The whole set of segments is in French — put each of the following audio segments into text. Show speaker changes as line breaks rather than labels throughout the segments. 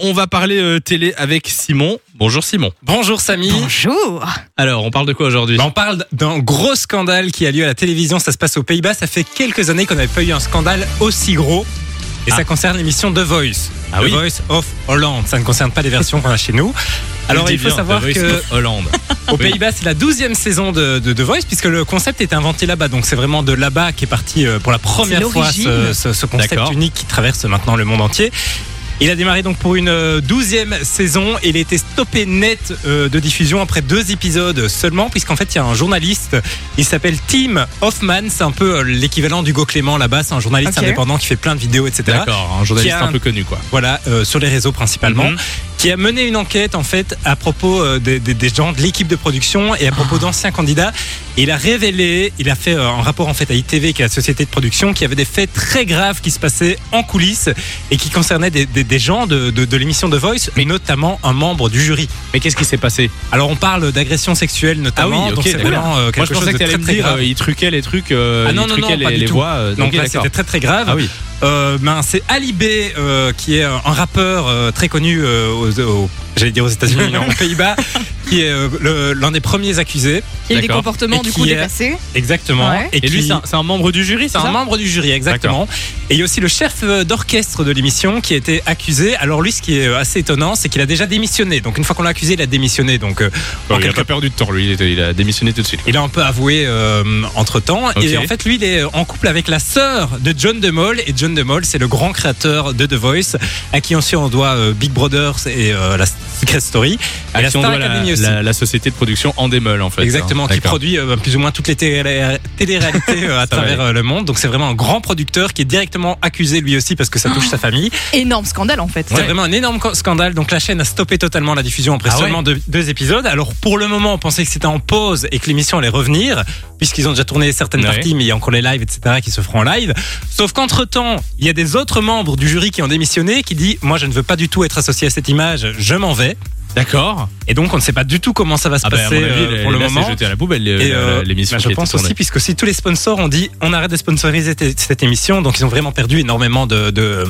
On va parler euh, télé avec Simon. Bonjour Simon.
Bonjour Samy.
Bonjour
Alors, on parle de quoi aujourd'hui
Bah, on parle d'un gros scandale qui a lieu à la télévision, ça se passe aux Pays-Bas, ça fait quelques années qu'on n'avait pas eu un scandale aussi gros. Et
Ah.
ça concerne l'émission The Voice.
Ah
The
oui.
Voice of Holland. Ça ne concerne pas les versions qu'on a chez nous. Alors
Dis
il faut
bien,
savoir
The Voice
que
of Hollande.
aux
Oui.
Pays-Bas c'est la douzième saison de, de The Voice puisque le concept est inventé là-bas. Donc c'est vraiment de là-bas qui est parti euh, pour la première fois ce,
l'origine.
ce- ce concept
D'accord.
unique qui traverse maintenant le monde entier. Il a démarré donc pour une euh, douzième saison. Il a été stoppé net euh, de diffusion après deux épisodes seulement, puisqu'en fait il y a un journaliste. Il s'appelle Tim Hoffman. C'est un peu euh, l'équivalent d'Hugo Clément là-bas. C'est un journaliste
Ok.
indépendant qui fait plein de vidéos, etc.
D'accord, un journaliste
Qui a
un peu connu quoi.
Voilà, euh, sur les réseaux principalement
Mhm.
qui a mené une enquête en fait à propos euh, des, des- des gens de l'équipe de production et à propos
Ah.
d'anciens candidats. Et il a révélé, il a fait euh, un rapport en fait à ITV, qui est la société de production, qui avait des faits très graves qui se passaient en coulisses et qui concernaient des, des- des gens de, de- de l'émission The Voice, mais notamment un membre du jury.
Mais qu'est-ce qui s'est passé
Alors on parle d'agression sexuelle
Ah
notamment,
oui, ok,
donc c'est
d'accord.
vraiment euh,
Moi,
quelque
je pensais
chose
que
de
t'allais
très
me
très
dire
grave.
euh, il truquait les trucs, euh,
Ah non,
il
non,
truquait
non, pas
les,
du
les
tout.
voix. euh,
Donc
ok,
là,
d'accord.
c'était très très grave.
Ah oui.
Euh, ben, c'est Ali B euh, qui est un rappeur euh, très connu euh, aux, aux- j'allais dire aux États-Unis, non, aux Pays-Bas, qui est euh, le- l'un des premiers accusés.
Il y a eu des
D'accord.
Et
comportements du
qui
coup
est-
déplacés.
Exactement.
Ouais.
Et lui,
qui-
c'est un, c'est un membre du jury,
c'est
c'est
un
ça
membre du jury, exactement. Et il y a aussi le chef euh, d'orchestre de l'émission qui a été accusé. Alors lui, ce qui est euh, assez étonnant, c'est qu'il a déjà démissionné. Donc une fois qu'on l'a accusé, il a démissionné. Donc euh, en quelque
perdu de temps, lui, il, était- il a démissionné tout de suite.
Il a un peu avoué entre temps.
Ok.
Et en fait, lui, il est en couple avec la sœur de John DeMol. Et John DeMol, c'est le grand créateur de The Voice, à qui ensuite on doit euh, Big Brother et euh, la Secret Story. Et
À
la
qui Ah, on
Star
doit la,
Academy aussi.
la- la société de production Endemol en fait.
Exactement,
hein.
qui
D'accord.
produit euh, plus ou moins toutes les télé- télé-réalités euh, à
Ça va
travers euh, le monde. Donc c'est vraiment un grand producteur qui est directement accusé lui aussi parce que ça
Ah.
touche sa famille.
Énorme scandale en fait.
C'est vraiment un énorme co- scandale. Donc la chaîne a stoppé totalement la diffusion après
Ah
seulement deux, deux épisodes. Alors pour le moment, on pensait que c'était en pause et que l'émission allait revenir, puisqu'ils ont déjà tourné certaines
Ouais.
parties, mais il y a encore les lives, etc., qui se feront en live. Sauf qu'entre temps, il y a des autres membres du jury qui ont démissionné, qui dit moi je ne veux pas du tout être associé à cette image, je m'en vais.
D'accord.
Et donc on ne sait pas du tout comment ça va se
Ah bah, à
passer
mon avis,
euh,
elle-
pour le
là, c'est
moment.
jeté à la poubelle
Et, euh,
euh, l'émission.
bah, je
qui était
pense
tournée.
aussi, puisque si tous les sponsors ont dit on arrête de sponsoriser t- cette émission, donc ils ont vraiment perdu énormément de, de,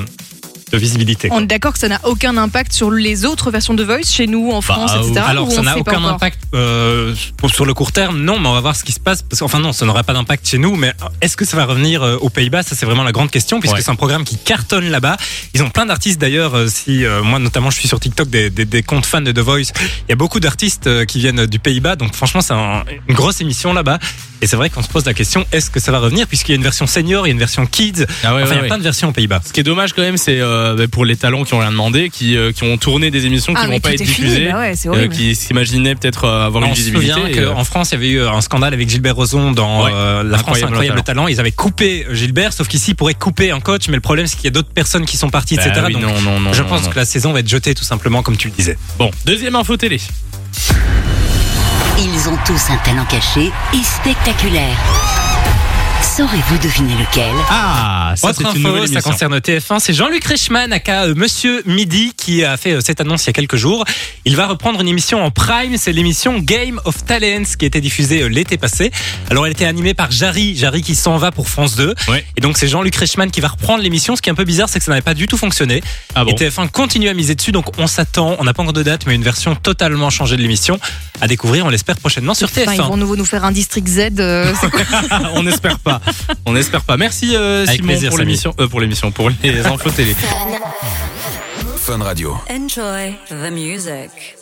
de visibilité. quoi.
On est d'accord que ça n'a aucun impact sur les autres versions de Voice chez nous, en France,
ah,
etc.
Bah, euh, Alors,
ou
ça
on
n'a
sait pas
aucun
encore
impact euh, pour- sur le court terme, non, mais on va voir ce qui se passe. Parce que- enfin, non, ça n'aura pas d'impact chez nous, mais euh, est-ce que ça va revenir euh, aux Pays-Bas Ça, c'est vraiment la grande question, puisque
Ouais.
c'est un programme qui cartonne là-bas. Ils ont plein d'artistes d'ailleurs. euh, si euh, Moi, notamment, je suis sur TikTok des, des- des comptes fans de The Voice. Il y a beaucoup d'artistes euh, qui viennent du Pays-Bas, donc franchement, c'est un- une grosse émission là-bas. Et c'est vrai qu'on se pose la question est-ce que ça va revenir Puisqu'il y a une version senior, il y a une version kids.
Ah ouais,
enfin,
ouais,
il y a
ouais.
plein de versions aux Pays-Bas.
Ce qui est dommage quand même, c'est euh, bah, pour les talents qui ont rien demandé, qui, euh, qui ont tourné des émissions qui
Ah,
vont
mais
pas
tout
être
est fini,
diffusées,
bah ouais, c'est
euh,
horrible.
qui s'imaginaient peut-être euh, avoir une
on se
visibilité.
souvient
et, euh,
qu'en France, il y avait eu un scandale avec Gilbert Rozon dans
Ouais.
euh, La France
Incroyable
Incroyable
Talent.
Talent. Ils avaient coupé euh, Gilbert, sauf qu'ici, ils pourraient couper un coach, mais le problème, c'est qu'il y a d'autres personnes qui sont parties,
bah
etc.
oui,
Donc,
non, non, non,
je
non,
pense
non.
que la saison va être jetée, tout simplement, comme tu le disais.
Bon, deuxième info télé.
Ils ont tous un talent caché et spectaculaire. Saurez-vous deviner lequel
Ah, ça c'est
Autre
une
info,
nouvelle
ça
émission.
concerne TF1, c'est Jean-Luc Reichmann, aka euh, Monsieur Midi, qui a fait euh, cette annonce il y a quelques jours. Il va reprendre une émission en prime, c'est l'émission Game of Talents, qui était diffusée euh, l'été passé. Alors elle était animée par Jarry, Jarry qui s'en va pour France 2.
Ouais.
Et donc c'est Jean-Luc Reichmann qui va reprendre l'émission. Ce qui est un peu bizarre, c'est que ça n'avait pas du tout fonctionné.
Ah bon.
Et TF1 continue à miser dessus, donc on s'attend, on n'a pas encore de date, mais une version totalement changée de l'émission à découvrir, on l'espère prochainement sur
Enfin, ils
TF1.
vont nouveau nous faire un District Z. euh, c'est quoi
Ah, on n'espère pas. On n'espère pas. Merci euh,
Avec
Simon
plaisir,
pour
Samy.
l'émission, euh, pour l'émission, pour les infos télé.
Fun Radio.
Enjoy the music.